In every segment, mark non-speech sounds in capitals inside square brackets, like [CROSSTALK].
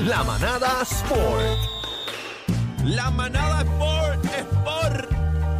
La manada Sport. La manada es por, es por.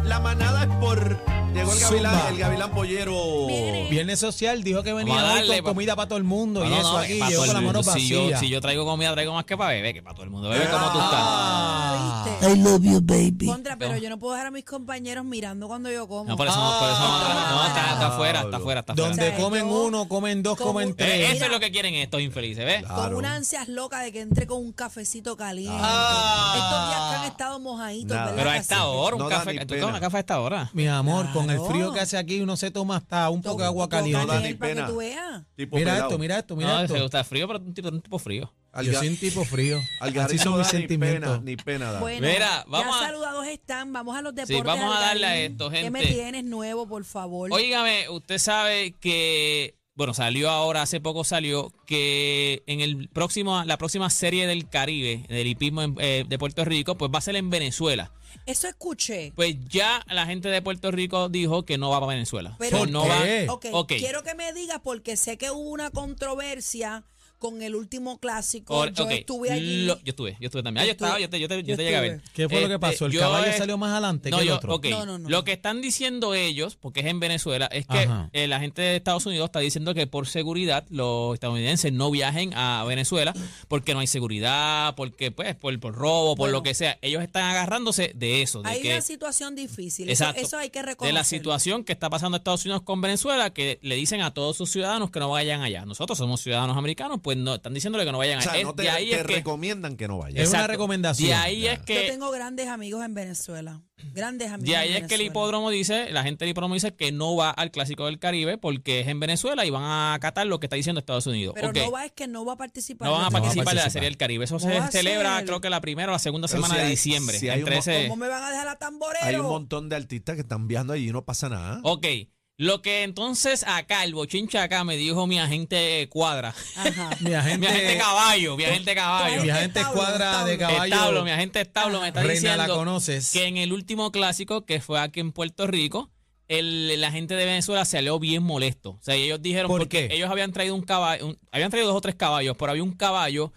La manada es por. Llegó el Zumba. gavilán, el gavilán pollero. Viernes Social dijo que venía Vamos a hoy darle, con pa- comida para todo el mundo y No, no, eso no, aquí, pa' llegó todo con el las manos mundo. si, yo, vacías. si yo traigo comida, traigo más que para bebé, que para todo el mundo. Bebé, como tú estás? Ah, ¿Viste? I love you, baby. Contra, pero yo no puedo dejar a mis compañeros mirando cuando yo como. No, por eso, no, por eso no, no, no, está, está afuera, está afuera, está afuera. donde O sea, comen yo- uno, comen dos, como- comen Eh, tres. Eh, eso Mira. es lo que quieren estos infelices, ¿ves? Con unas ansias locas de que entre con un cafecito caliente. Estos días que han estado mojaditos, Nada. ¿verdad? Ah. Pero a Que esta sí. hora, un No da ni café. ¿Tú pena. tomas café a esta hora? Mi amor, con el frío Claro. que hace aquí uno se toma hasta un poco de agua Toca caliente. No da ni para pena. que tú veas. Tipo Mira pelado. esto, mira esto, mira No, se esto. gusta frío, pero un tipo, un tipo frío. Yo soy un tipo frío. Al Así garito son mis da ni pena, sentimientos. ni pena da. Bueno, Mira, vamos ya a- saludados están, vamos a los deportes. vamos a darle a Algarín. esto, ¿Qué me gente? tienes nuevo, por favor? Óigame, usted sabe que, bueno, salió ahora, hace poco salió, que en el próximo, la próxima serie del Caribe, del hipismo en- eh, de Puerto Rico, pues va a ser en Venezuela. Eso escuché. Pues ya la gente de Puerto Rico dijo que no va para Venezuela. Pero- So, no ¿Por va. qué? Ok, ok. quiero que me digas porque sé que hubo una controversia con el último clásico. Ahora, yo ok, estuve allí. lo- yo estuve, yo estuve también. Ah, Yo yo estaba, estuve. yo te, yo te, yo Yo te llegué a ver. Este, estuve. ¿Qué fue lo que pasó? ¿El yo caballo es- salió más adelante no, que el yo- otro? ok. No, no, no. Lo que están diciendo ellos, porque es en Venezuela, es que Ajá. eh, la gente de Estados Unidos está diciendo que por seguridad los estadounidenses no viajen a Venezuela porque no hay seguridad, porque pues por, por robo, por lo Bueno. que sea. Ellos están agarrándose de eso. De Hay que, una situación difícil. Eso- Exacto. Eso, hay que de reconocer. la situación que está pasando en Estados Unidos con Venezuela, que le dicen a todos sus ciudadanos que no vayan allá. Nosotros somos ciudadanos americanos, pues no están diciéndole que no vayan o sea, allá. no Es- te, de ahí te es que- recomiendan que no Es vayas. una Exacto. recomendación. De ahí es Yo que tengo grandes amigos en Venezuela. Grandes amigos. de en ahí es que el Venezuela. hipódromo dice, la gente del hipódromo dice que no va al clásico del Caribe porque es en Venezuela y van a acatar lo que está diciendo Estados Unidos. Pero Ok. no va es que no va a participar. No van a tengo- participar de la participar. Serie del Caribe. Eso No se va a celebra ser. creo que la primera o la segunda Pero semana si de hay- diciembre. si hay entre un- ese- ¿Cómo me van a dejar a tamborero? Hay un montón de artistas que están viajando allí y no pasa nada. Ok. Lo que entonces acá, el bochincha acá, me dijo mi agente cuadra. Ajá. [LAUGHS] Mi mi agente agente, caballo, mi agente caballo. mi agente Establo, cuadra de establo. caballo. Establo, mi agente establo me está Reina, diciendo la conoces. que en el último clásico que fue aquí en Puerto Rico, el, la gente de Venezuela salió bien molesto. O sea, ellos dijeron ¿Por porque qué? ellos habían traído un caballo, un- habían traído dos o tres caballos, pero había un caballo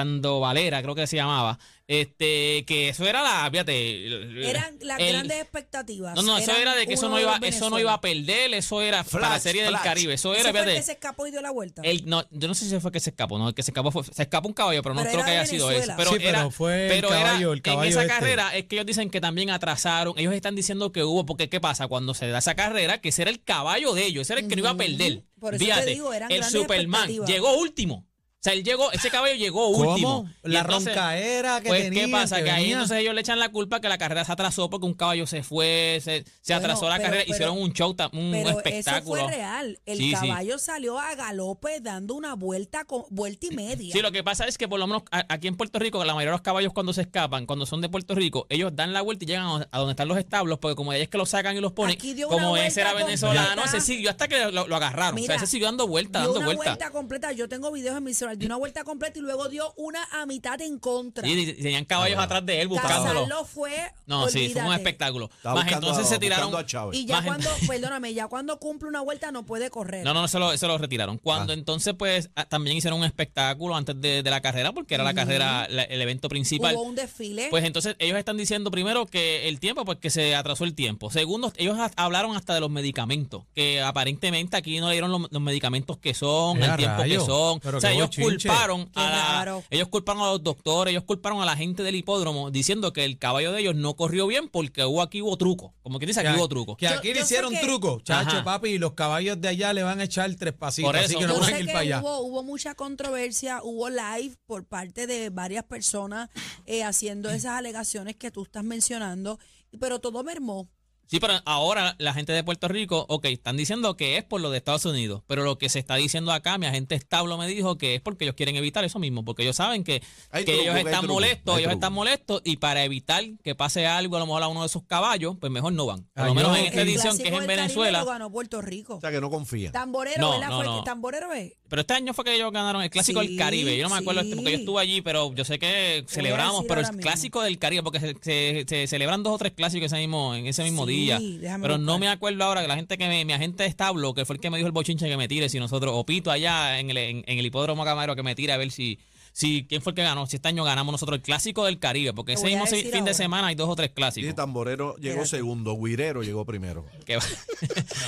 Sandovalera, creo que se llamaba, este que eso era la, fíjate, el- Eran las el- grandes expectativas. No, no, eso Eran era de que eso uno no de iba, los eso no iba a perder, eso era para la Flash, serie del flash. Caribe, eso Venezuela. Ese era, fue el fíjate, que se escapó y dio la vuelta. el- no, yo no sé si fue que se escapó, no, el que se escapó fue, se escapó un caballo, pero no Pero creo era que de haya sido Venezuela. eso. Pero, Sí, pero era- fue el pero era- caballo, el caballo En esa este. carrera es que ellos dicen que también atrasaron. Ellos están diciendo que hubo, porque ¿qué pasa? Cuando se da esa carrera, que ese era el caballo de ellos, ese era el que no iba a perder. Ujú. Por eso te Fíjate, digo, eran el grandes Superman expectativas. llegó último. O sea, él llegó, ese caballo llegó ¿Cómo? último. Y La entonces- roncaera que pues, tenía. ¿qué pasa? Que, ahí venía. entonces ellos le echan la culpa que la carrera se atrasó porque un caballo se fue, se, se Bueno, atrasó la pero- carrera, pero- hicieron un show, ta- un Pero espectáculo. eso fue real. El Sí, sí. caballo salió a galope dando una vuelta con vuelta y media. Sí, lo que pasa es que por lo menos a- aquí en Puerto Rico, la mayoría de los caballos cuando se escapan, cuando son de Puerto Rico, ellos dan la vuelta y llegan a- a donde están los establos, porque como ellos es que los sacan y los ponen, Aquí dio una como ese vuelta era venezolano, completa. ese siguió hasta que lo, lo agarraron. Mira, o sea, ese siguió dando vuelta, dio dando una vuelta. vuelta completa. Yo tengo videos en mi celular. Dio una vuelta completa y luego dio una a mitad en contra. Y, y- y tenían caballos atrás de él buscándolo. Casarlo fue. No, sí, fue un olvídate. espectáculo. Está Más buscando entonces a- se tiraron. buscando a Chávez. Y ya Más en- [LAUGHS] cuando, perdóname, ya cuando cumple una vuelta no puede correr. No, no, no, se lo, se lo retiraron. Cuando entonces, pues, ah, también hicieron un espectáculo antes de, de la carrera, porque era la carrera, la- el evento principal. Hubo un desfile. Pues entonces ellos están diciendo primero que el tiempo, pues que se atrasó el tiempo. Segundo, ellos ha- hablaron hasta de los medicamentos, que aparentemente aquí no le dieron los, los medicamentos que son, Ea, el tiempo rayos. que son. Pero o sea, qué ellos bochinche. culparon Qué a la- raro. ellos culparon a los doctores, ellos culparon a la gente del hipódromo diciendo que el caballo de ellos no corrió bien porque hubo aquí hubo truco. Como que dice, aquí Que- hubo truco. Que Yo- aquí yo le hicieron sé que- truco, chacho, Ajá. papi, y los caballos de allá le van a echar tres pasitos, Por así eso. que no Yo van a [LAUGHS] sé ir que para allá. hubo, hubo mucha controversia, hubo live por parte de varias personas eh, haciendo esas alegaciones que tú estás mencionando, pero todo mermó. Sí, pero ahora la gente de Puerto Rico, ok, están diciendo que es por lo de Estados Unidos, pero lo que se está diciendo acá, mi agente establo me dijo que es porque ellos quieren evitar eso mismo, porque ellos saben que, Hay que truco, ellos que hay están truco, molestos, hay ellos truco. están molestos y para evitar que pase algo a lo mejor a uno de esos caballos, pues mejor no van. Por Ay, lo menos no. en esta El edición que Clásico es en del Caribe lo Venezuela. ganó Puerto Rico. O sea, que no confían. Tamborero, No, ¿verdad? no, Fue el no. que- tamborero es. Pero este año fue que ellos ganaron el Clásico Sí, del Caribe. Yo no me acuerdo este, sí. porque yo estuve allí, pero yo sé que celebramos, decir pero el ahora mismo. Clásico del Caribe, porque se, se- se celebran dos o tres clásicos ese mismo, en ese mismo Sí, día. déjame Pero no buscar. me acuerdo ahora que la gente que me, mi agente de establo, que fue el que me dijo el bochinche que me tire, si nosotros, o Pito allá en el, en, en el hipódromo Camaro que me tire a ver si, si quién fue el que ganó, si este año ganamos nosotros el clásico del Caribe, porque Te ese voy a mismo se- decir fin de ahora. semana hay dos o tres clásicos. Dice Tamborero llegó Espérate. segundo, Guirero llegó primero. Que va-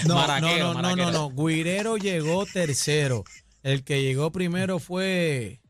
No, [LAUGHS] no, Maraquero, no, no, maraquero. no, no. Guirero llegó tercero. El que llegó primero fue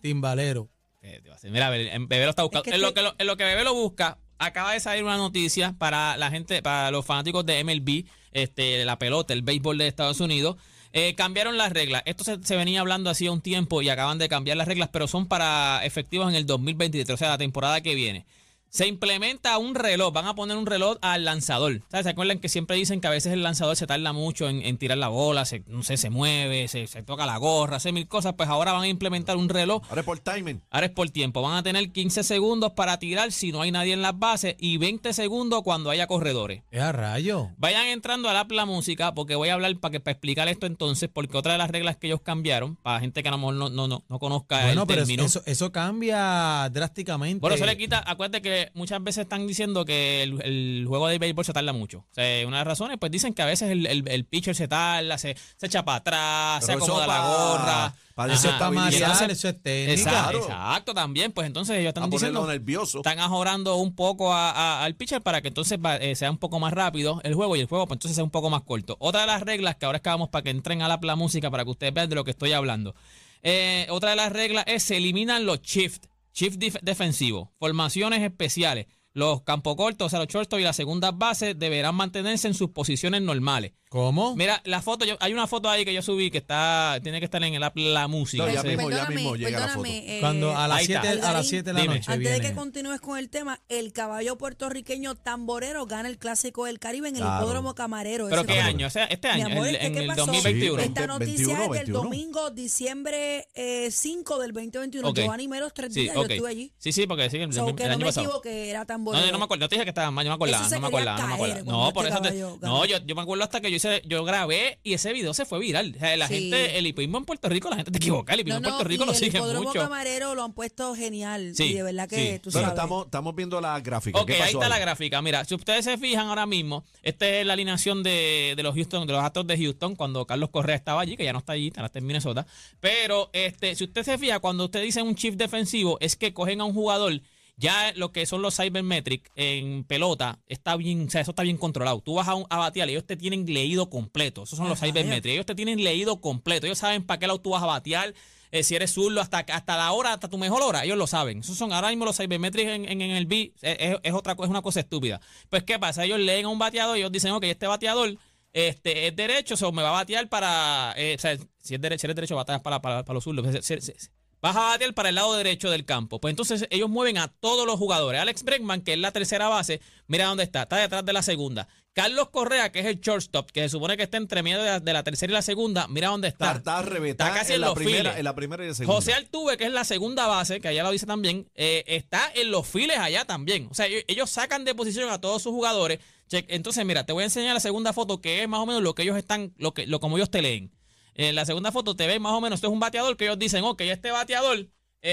Timbalero. Eh, te va a hacer- Mira, Bebé, Bebé lo está buscando. que en, lo estoy- que lo- en lo que Bebé lo busca, acaba de salir una noticia para la gente, para los fanáticos de MLB, este, la pelota, el béisbol de Estados Unidos. Eh, cambiaron las reglas. Esto se, se venía hablando hacía un tiempo y acaban de cambiar las reglas, pero son para efectivos en el 2023, o sea, la temporada que viene. Se implementa un reloj, van a poner un reloj al lanzador. ¿Sabes? ¿Se acuerdan que siempre dicen que a veces el lanzador se tarda mucho en, en tirar la bola, se, no sé, se mueve, se, se toca la gorra, hace mil cosas? Pues ahora van a implementar un reloj Ahora es por timing. Ahora es por tiempo. Van a tener 15 segundos para tirar si no hay nadie en las bases y 20 segundos cuando haya corredores. Es a rayo. Vayan entrando al app La Música porque voy a hablar para, que, para explicar esto entonces, porque otra de las reglas que ellos cambiaron, para gente que a lo mejor no, no, no, no conozca Bueno, el pero término. eso, eso cambia drásticamente. Ah, bueno, eso le quita, acuérdate que muchas veces están diciendo que el, el juego de béisbol se tarda mucho. O sea, una de las razones, pues dicen que a veces el, el- el pitcher se tarda, se, se echa para atrás, se Pero eso acomoda la pa- gorra. pa Eso es Ajá. para Y marear, entonces- eso es técnica. Exacto, Claro. exacto, también. Pues entonces ellos A están diciendo ponerlo nervioso. están ajorando un poco a- a- al pitcher para que entonces va- eh, sea un poco más rápido el juego y el juego pues, entonces sea un poco más corto. Otra de las reglas que ahora acabamos para que entren a la, la música para que ustedes vean de lo que estoy hablando. Eh, otra de las reglas es se eliminan los shift, shift dif- defensivos, formaciones especiales. Los campo cortos, o sea, los shortstop y las segundas bases deberán mantenerse en sus posiciones normales. ¿Cómo? Mira, la foto, yo- hay una foto ahí que yo subí que está, tiene que estar en el app La Música. No, ya Ese- Perdóname, mismo, ya mismo llega la foto. perdóname, eh, Cuando a las ahí está. 7 a las Algarín, siete de la Dime. noche Antes de viene. que continúes con el tema, el caballo puertorriqueño tamborero gana el clásico del Caribe en el Claro. hipódromo camarero. ¿Pero Ese qué no- año? O sea, este Mi año, amor, el- es que en ¿qué el pasó? 2021. Sí, Esta noticia 21, es del 21. domingo, diciembre eh, 5 del 2021. Ok. Giovanni Meros, tres Sí, días, ok. yo estuve allí. Sí, sí, porque sí, el, So, el que no año me pasado. equivoqué, era No, tamborero. yo no me acuerdo, yo te dije que estaba mal, yo me acordaba, Eso se no me quería acordaba, no me caer acordaba. cuando No, por este eso te, caballo ganó. no yo, yo me acuerdo hasta que yo hice, yo grabé y ese video se fue viral. O sea, la Sí. gente, el hipismo en Puerto Rico, la gente te equivoca, el No, hipismo en no, Puerto Rico y lo el sigue hipódromo mucho. camarero lo han puesto genial. Sí, y de verdad que sí. tú Pero sabes. estamos, estamos viendo la gráfica. Ok, ¿Qué ahí pasó está la gráfica. Mira, si ustedes se fijan ahora mismo, esta es la alineación de, de los Houston, de los Astros de Houston, cuando Carlos Correa estaba allí, que ya no está allí, ahora está en Minnesota. Pero este, si usted se fija, cuando usted dice un chip defensivo, es que cogen a un jugador. Ya lo que son los cybermetric en pelota está bien, o sea, eso está bien controlado. Tú vas a, un, a batear, ellos te tienen leído completo. Esos son los Ajá, ya. cybermetric. Ellos te tienen leído completo. Ellos saben para qué lado tú vas a batear. eh, si eres zurdo, hasta, hasta la hora, hasta tu mejor hora, ellos lo saben. Esos son ahora mismo los cybermetrics en, en- en el B. Es, es- es otra, co- es una cosa estúpida. Pues, ¿qué pasa? Ellos leen a un bateador y ellos dicen, ok, este bateador este, es derecho, o sea, me va a batear para. eh, o sea, si, es derecho, si eres derecho, bateas para, para, para los zurdos. Si- si- si- Vas a batear para el lado derecho del campo. Pues entonces ellos mueven a todos los jugadores. Alex Bregman, que es la tercera base, mira dónde está. Está detrás de la segunda. Carlos Correa, que es el shortstop, que se supone que está entre medio de la, de la tercera y la segunda, mira dónde está. Está, está arrebatada Está casi en, en la los primera, files. en la primera y la segunda. José Altuve, que es la segunda base, que allá lo dice también, eh, está en los files allá también. O sea, ellos, ellos sacan de posición a todos sus jugadores. Che- Entonces, mira, te voy a enseñar la segunda foto, que es más o menos lo que ellos están, lo que, lo como ellos te leen. En la segunda foto te ven más o menos, esto es un bateador que ellos dicen, ok, este bateador,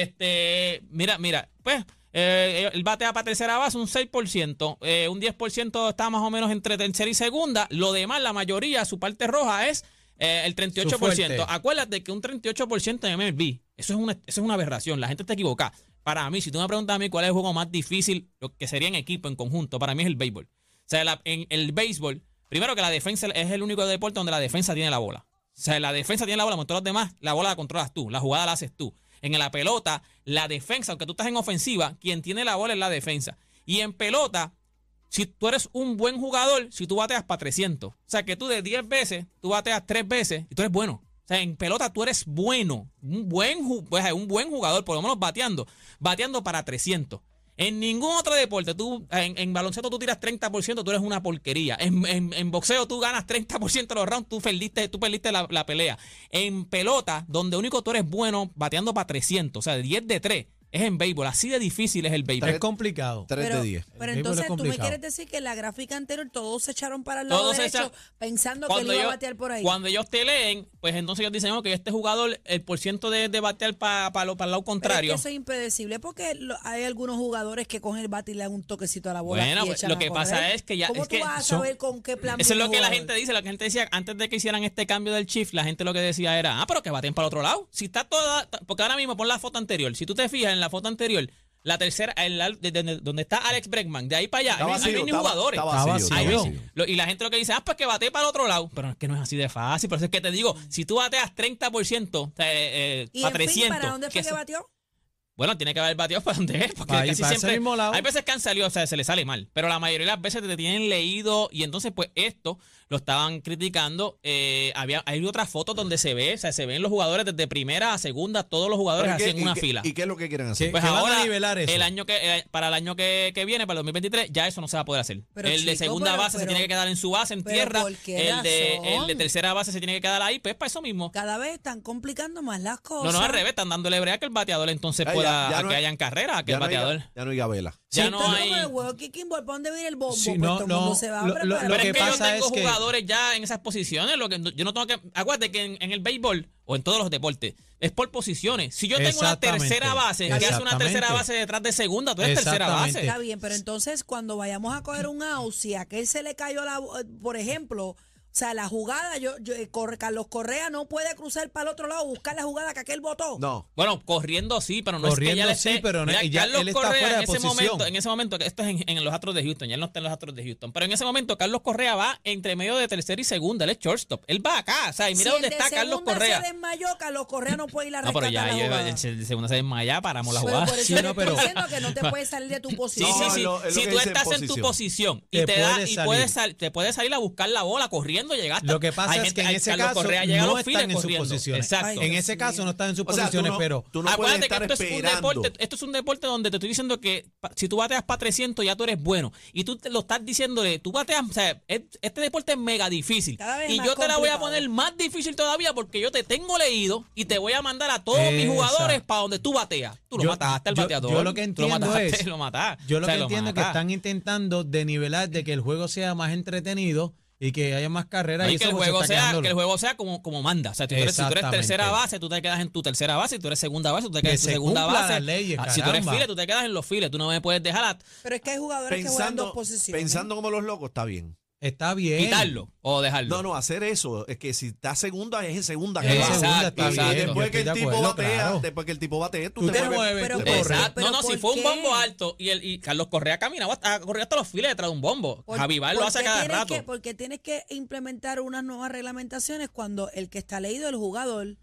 este, mira, mira, pues, eh, el batea para tercera base un 6%, eh, un 10% está más o menos entre tercera y segunda, lo demás, la mayoría, su parte roja es eh, el 38%. fuerte. Acuérdate que un 38% en MLB, eso es, una, eso es una aberración, la gente está equivocada. Para mí, si tú me preguntas a mí cuál es el juego más difícil, lo que sería en equipo, en conjunto, para mí es el béisbol. O sea, la- en el béisbol, primero que la defensa es el único deporte donde la defensa tiene la bola. O sea, la defensa tiene la bola, como todos los demás, la bola la controlas tú, la jugada la haces tú. En la pelota, la defensa, aunque tú estás en ofensiva, quien tiene la bola es la defensa. Y en pelota, si tú eres un buen jugador, si tú bateas para 300. O sea, que tú de 10 veces, tú bateas 3 veces y tú eres bueno. O sea, en pelota tú eres bueno. Un buen, ju- pues, un buen jugador, por lo menos bateando. Bateando para 300. En ningún otro deporte, tú en, en baloncesto tú tiras 30%, tú eres una porquería. En, en- en boxeo tú ganas 30% de los rounds, tú perdiste, tú perdiste la, la pelea. En pelota, donde único tú eres bueno bateando para 300, o sea, de 10 de 3. Es en béisbol, así de difícil es el béisbol. Es complicado. 3 pero, de 10. pero El béisbol entonces es tú me complicado. quieres decir que en la gráfica anterior todos se echaron para el lado Todos se derecho echaron- pensando que él iba a batear por ahí. cuando ellos te leen, pues entonces ellos dicen, ok, este jugador, el por ciento de, de batear para el lado Pero es que contrario. eso es impredecible porque lo- hay algunos jugadores que cogen el bate y le dan un toquecito a la bola. Bueno, y pues, echan lo a que correr. pasa es que ya- ¿Cómo es tú que vas a son- saber con qué plan Eso es viene lo que la el gente jugador? dice. La gente decía, antes de que hicieran este cambio del shift, la gente lo que decía era, ah, pero que baten para el otro lado. Si está toda. Porque ahora mismo pon la foto anterior. Si tú te fijas en la foto anterior, la tercera, el al- de- de- de- donde está Alex Bregman, de ahí para allá, Está hay- vacío, hay mini está va- jugadores. está Está vacío, Ahí está vacío. vacío. ven. Lo- y la gente lo que dice, ah, pues que bate para el otro lado. Pero es que no es así de fácil. Por eso es que te digo, si tú bateas 30%, o sea, eh, eh, Y para en fin, 300. ¿para dónde que fue que se- batió? bueno, tiene que haber batido para donde es, porque Ahí, casi para ese siempre. mismo lado. Hay veces que han salido, o sea, se le sale mal, pero la mayoría de las veces te tienen leído y entonces, pues esto lo estaban criticando. eh, había, hay otras fotos donde se ve, o sea, se ven los jugadores desde primera a segunda, todos los jugadores Pero ¿y qué- así en y una qué- fila. ¿Y qué es lo que quieren hacer? ¿Qué? pues que van a ahora, nivelar eso. El año que, eh, para el año que, que viene, para el 2023, ya eso no se va a poder hacer. Pero, el de chico, segunda pero- base se pero- tiene que quedar en su base, en pero tierra. ¿por qué El de, el de razón? tercera base se tiene que quedar ahí, pues para eso mismo. Cada vez están complicando más las No, cosas. no, al revés, están dándole brea que el bateador entonces Ya, ya, pueda, ya a no que hay- hayan carrera, a que el no hay- bateador. ya no hay gavela. ya Sí, no esto es hay- como el huevo kicking ball, ¿para dónde viene el bombo? Sí, Pues no, todo el no, mundo se va lo- a lo- preparar lo Pero para es que que yo pasa tengo es que- jugadores ya en esas posiciones. Lo que no- yo no tengo que. Acuérdate que en, en el béisbol o en todos los deportes es por posiciones. Si yo tengo una Exactamente. tercera base, que hace una Exactamente. tercera base detrás de segunda, tú eres tercera Exactamente. base. Está bien, pero entonces cuando vayamos a coger un out, si a aquel se le cayó la, bo- eh, por ejemplo, o sea, la jugada, yo, yo- eh, Cor- Carlos Correa no puede cruzar para el otro lado, buscar la jugada que aquel botó. No. Bueno, corriendo sí, pero no es que ya Corriendo le sí, esté- pero no- Mira, y ya Carlos él está Correa fuera en de ese posición. momento, en ese momento, que esto es en, en los Astros de Houston, ya él no está en los Astros de Houston, pero en ese momento Carlos Correa va entre medio de tercera y segunda, él es shortstop, él va acá, o sea, y si mira dónde el de está Carlos segunda Correa. se desmayó, Carlos Correa no puede ir a No, pero rescatar ya la ya- jugada. el de segunda se desmaya, paramos la Pero jugada. por eso Sí, te no, estoy pero- diciendo que no te puedes salir de tu [LAUGHS] Sí, posición. sí, No, sí. lo- es lo si que tú dice estás en tu posición. posición y Te te, da puedes y salir. puedes sal- te puedes salir a buscar la bola corriendo, llegaste. Lo que pasa Hay es gente- que en hay- ese Carlos caso Correa llega a no los files están en sus corriendo. posiciones. Exacto. En ese caso no están en sus O sea, tú posiciones, no, pero tú no puedes Acuérdate estar que esto es, esperando. un deporte, esto es un deporte donde te estoy diciendo que pa- si tú bateas para 300 ya tú eres bueno. Y tú te lo estás diciéndole, tú bateas, o sea, es- este deporte es mega difícil. Cada vez Y más yo te la voy complicado. a poner más difícil todavía porque yo te tengo leído y te voy a mandar a todos mis Exacto. jugadores para donde tú bateas. Tú lo Yo- mataste al yo- bateador. yo lo que tú entiendo mataste, es- [LAUGHS] Lo mataste, yo lo o sea, que entiendo es que mataste. están intentando denivelar de que el juego sea más entretenido y que haya más carreras y, Y que, eso el pues, se juego está sea, quedando que el juego sea como, como manda. O sea, tú eres- si tú eres Exactamente. tercera base, tú te quedas en tu tercera base. Si tú eres segunda base, tú te quedas Que en tu se segunda cumplan base. las leyes, Ah, si tú eres caramba. file, tú te quedas en los files. Tú no me puedes dejar a- Pero es que hay jugadores que juegan dos Pensando, posiciones. ¿eh? pensando como los locos, está bien. Está bien. quitarlo o dejarlo. No, no, hacer eso. Es que si está segunda, es en segunda. En que va. segunda Y- está y bien, después que estoy el de tipo acuerdo, batea, claro. después que el tipo batea, tú, Tú te te mueves. mueves, pero tú por- corres. Exacto. No, ¿Pero no, si por fue un qué? bombo alto y, el, y Carlos Correa caminaba, hasta- corría hasta los files detrás de un bombo. Por- Javi Baez lo ¿por hace qué cada tienes rato. que- porque tienes que implementar unas nuevas reglamentaciones cuando el que está leído, el jugador,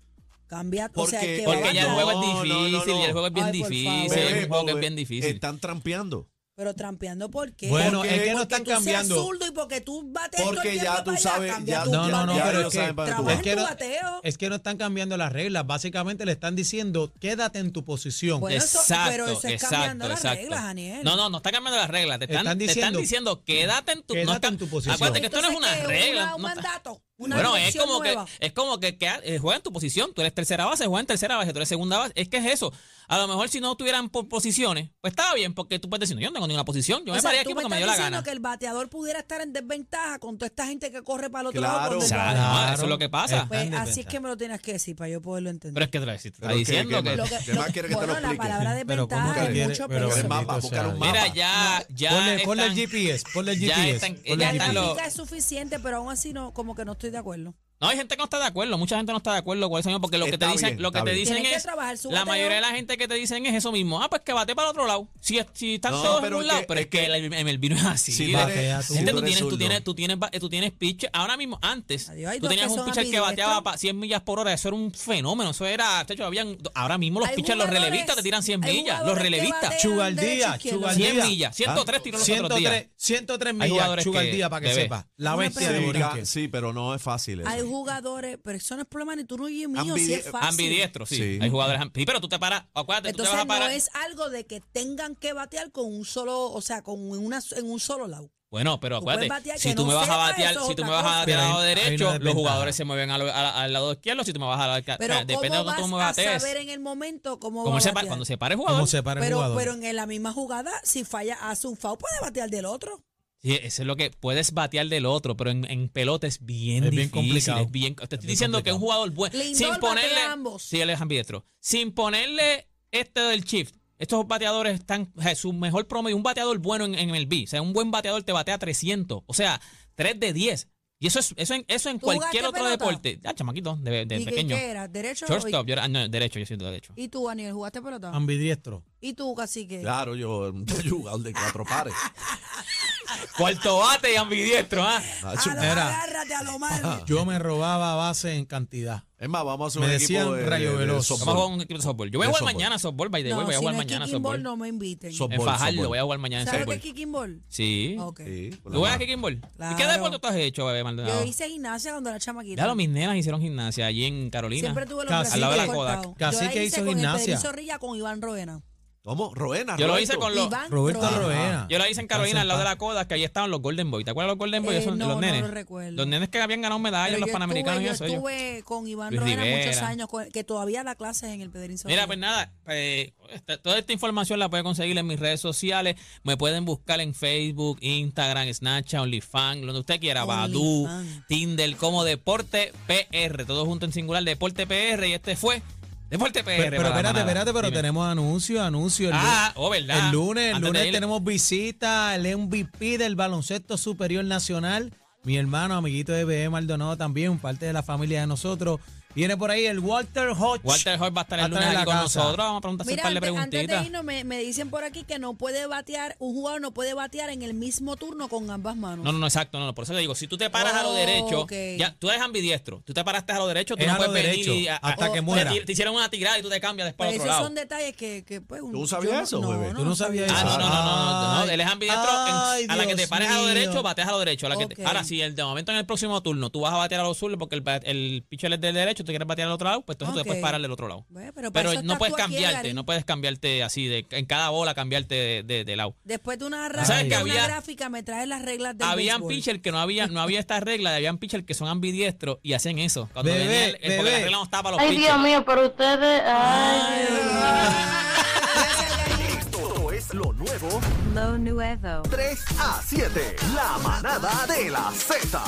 cambia. o sea, Porque- que va a porque ya el ganar. juego es No, no, no, difícil, y el no. juego es bien Ay, por difícil, favor. el Bebé, juego es bebé, bien difícil. Están trampeando. Pero trampeando, ¿por qué? Bueno, porque, es que no porque están tú seas cambiando. zurdo y porque tú bateas todo el Porque tiempo ya tú para allá, sabes, cambia ya tu No, no, no, bateo. ya pero ellos es que- saben para dónde tú vas. Trabaja es que en tu no- bateo. Es que no están cambiando las reglas. Básicamente le están diciendo, quédate en tu posición. Bueno, eso- exacto, pero eso es exacto, cambiando las exacto. reglas, Daniel. No, no, no está cambiando las reglas. Te están, Están te están diciendo- diciendo, quédate en tu, no Quédate está- en tu posición. Acuérdate que esto no es una Entonces, ¿qué? regla. Una- un no está- mandato, una bueno, es dirección como nueva. que es como que, que, eh, juega en tu posición. Tú eres tercera base, juega en tercera base, tú eres segunda base. Es que es eso. A lo mejor si no tuvieran por posiciones, pues estaba bien, porque tú puedes decir, no, yo no tengo ninguna posición, yo O me sea, paré tú aquí me porque me estás dio la diciendo gana. que el bateador pudiera estar en desventaja con toda esta gente que corre para el otro lado. Claro. cuando el Claro. bateador- Ah, eso es lo que pasa. Pues, Están de así es ventaja. que me lo tienes que decir para yo poderlo entender. Pero es que otra vez, si te está Pero que- diciendo que- que. Lo Lo demás quiere que te bueno, lo la explique. palabra Pero ¿cómo desventaja que es tiene- mucho pero peso. El mapa, Bendito buscar sea. un mapa. Mira, ya, ya. ponle, ponle el están- GPS, ponle el ya GPS. están- ponle ya el GPS. La están los- gráfica es suficiente, pero aún así no, como que no estoy de acuerdo. No, hay gente que no está de acuerdo, mucha gente no está de acuerdo con eso mismo, porque lo que Está te dicen, bien, lo que está te bien. dicen Tienes que es, trabajar su la bateo. mayoría de la gente que te dicen es eso mismo, ah, pues que bate para el otro lado, si, es- si están No, todos en pero un es lado, que- pero es es que que- el, el béisbol no es así. Si tú batea, eres- tú. si Gente, tú tú, eres tienes, tú, zurdo. tienes, tú, tienes, ba- tú tienes pitcher. Ahora mismo, antes, Adiós, hay tú dos tenías que un son pitcher que bateaba ambidiestros. para 100 millas por hora. Eso era un fenómeno. Eso era, de hecho, habían, ahora mismo los Hay pitchers, los jugadores- relevistas te tiran 100 hay millas. Los jugadores que relevistas, batean Chugaldía, derecho, izquierdo. Chugaldía. 100 millas. 103 tiró los otros 103, días. 103 Hay millas, jugadores chuga que- el día para que bebé. sepa. La Una bestia de pregunta. Borinque. Sí, sí, pero no es fácil. eso. Hay jugadores, pero eso no es problema ni tú no y mío, Ambidie- si es fácil. Ambidiestro, sí. Sí. Hay jugadores. ambi- Sí, pero tú te paras. Acuérdate, tú te Entonces vas a no parar. es algo de que tengan que batear con un solo, o sea, con una, en un solo lado. Bueno, pero Tú puedes acuérdate, batear que si tú no me vas a sepa, batear, eso es si tú me otra vas a cosa. batear al Pero lado hay- hay una derecho, los desventaja. jugadores se mueven al, al- al lado izquierdo, si tú me vas al lado Pero izquierdo. Depende de ¿cómo cómo tú me vas a batees. saber en el momento cómo, Como va él a se pa- batear? cuando se pare el ¿Cómo jugador. se para el pero, jugador? pero en la misma jugada, si falla, hace un foul, puede batear del otro. Sí, eso es lo que puedes batear del otro, pero en, en pelota es bien Es bien difícil. complicado. es bien- te estoy Es bien diciendo que complicado. un jugador bueno. Lindor sin batea ponerle. ambos. Sí, él es ambidiestro. Sin ponerle este del shift. Estos bateadores están. o sea, su mejor promedio. Un bateador bueno en, en el B. O sea, un buen bateador te batea 300. O sea, 3 de 10. Y eso es eso en, eso en ¿Tú jugaste cualquier otro pelota? deporte. Ah, chamaquito, de, de ¿Y qué- pequeño. qué era? ¿Derecho? o- Shortstop, yo era. ah, No, derecho, yo siento derecho. ¿Y tú, Daniel, jugaste pelota? Ambidiestro. ¿Y tú, cacique? Claro, yo, [LAUGHS] yo he jugado de cuatro pares. Cuarto bate y ambidiestro, [LAUGHS] ¿ah? A lo, Era. agárrate [LAUGHS] a lo mal. Yo me robaba base en cantidad. Es más, vamos a hacer Me un decían equipo de, Rayo de- de Veloz. softball. Vamos a jugar un equipo de softball. Yo voy a De jugar softball. mañana softball, by the way. No, voy a si jugar no es mañana kicking softball. ball, no me inviten. Softball. En Fajardo, softball. voy a jugar mañana en ¿Sabes lo que es softball. kicking ball? Sí. Ok. Sí, con ¿Tú la juegas mano. kicking ball? ¿Y qué Claro. deporte tú has hecho, bebé Maldonado? Yo hice gimnasia cuando era chamaquita. Ya lo mis nenas hicieron gimnasia allí en Carolina. Siempre tuve los Cacique. brazos Al lado de la cortados. Kodak. Yo la Cacique hice hizo con gimnasia. El Pedro Zorrilla con Iván Roena. ¿Cómo? Roena. Yo lo Roberto. hice con los... Iván Roberto Roena. Roena. Ah, Yo la hice en Carolina, al lado de la coda, que allí estaban los Golden Boys. ¿Te acuerdas de los Golden Boys? Eh, Esos- no, los no nenes. lo recuerdo. Los nenes que habían ganado medallas, Pero los yo panamericanos estuve, y eso. Yo ellos. estuve con Iván Luis Roena muchos Rivera. años, con- que todavía da clases en el Pedrín Zorrilla. Mira, pues nada, eh, esta- toda esta información la pueden conseguir en mis redes sociales. Me pueden buscar en Facebook, Instagram, Snapchat, OnlyFans, donde usted quiera, Badu, OnlyFans. Tinder, como Deporte PR. Todo junto en singular, Deporte PR. Y este fue Deporte PR. Pero, pero para la espérate, manada. espérate, pero Dime. tenemos anuncios, anuncios. El lunes- Ah, oh, ¿verdad? El lunes, el Antes de lunes ir- tenemos visita al MVP del baloncesto superior nacional. Mi hermano, amiguito de BM Maldonado también, parte de la familia de nosotros. Viene por ahí el Walter Hodge. Walter Hoy va a estar Va a el estar lunes en aquí la con casa. nosotros. Vamos a preguntar un Mira, par de antes, antes de preguntitas. irnos, me, me dicen por aquí que no puede batear, un jugador no puede batear en el mismo turno con ambas manos. No, no, no, exacto, no, no. Por eso te digo, si tú te paras a lo Oh, derecho, ok. ya, tú eres ambidiestro, tú te paraste a lo derecho, tú Es no a lo puedes venir derecho, y a- a- hasta que te muera. ti- Te hicieron una tirada y tú te cambias después Pero al otro esos lado. son detalles que, que pues, un- ¿Tú sabías yo no- eso, no, bebé? no, Tú no sabías Ah, eso. no, no, no, no, no. Ay, Él es ambidiestro. en- ay, a la que te Dios pares a lo mío. derecho, bateas a lo derecho. a la que te- Ok. ahora, si el, de momento en el próximo turno tú vas a batear a los surles porque el, ba- el pitcher es del derecho, tú quieres batear al otro lado, pues entonces tú te Ok. puedes parar del otro lado. Bueno, pero para Pero eso no estás puedes tú aquí, cambiarte, Garín. no puedes cambiarte así, de, en cada bola cambiarte de, de- de lado. Después de una, ¿Sabes ra- de que una había- gráfica me traes las reglas del Habían béisbol. pitchers que no había, no [LAUGHS] había esta regla, de habían pitchers que son ambidiestros y hacen eso. Cuando Bebé, venía el- el- porque la bebé. regla no estaba para los Ay, pitchers. Dios mío, pero ustedes. Ay, Dios Esto es lo nuevo mío. Lo nuevo. 3 a 7. La manada de la Z.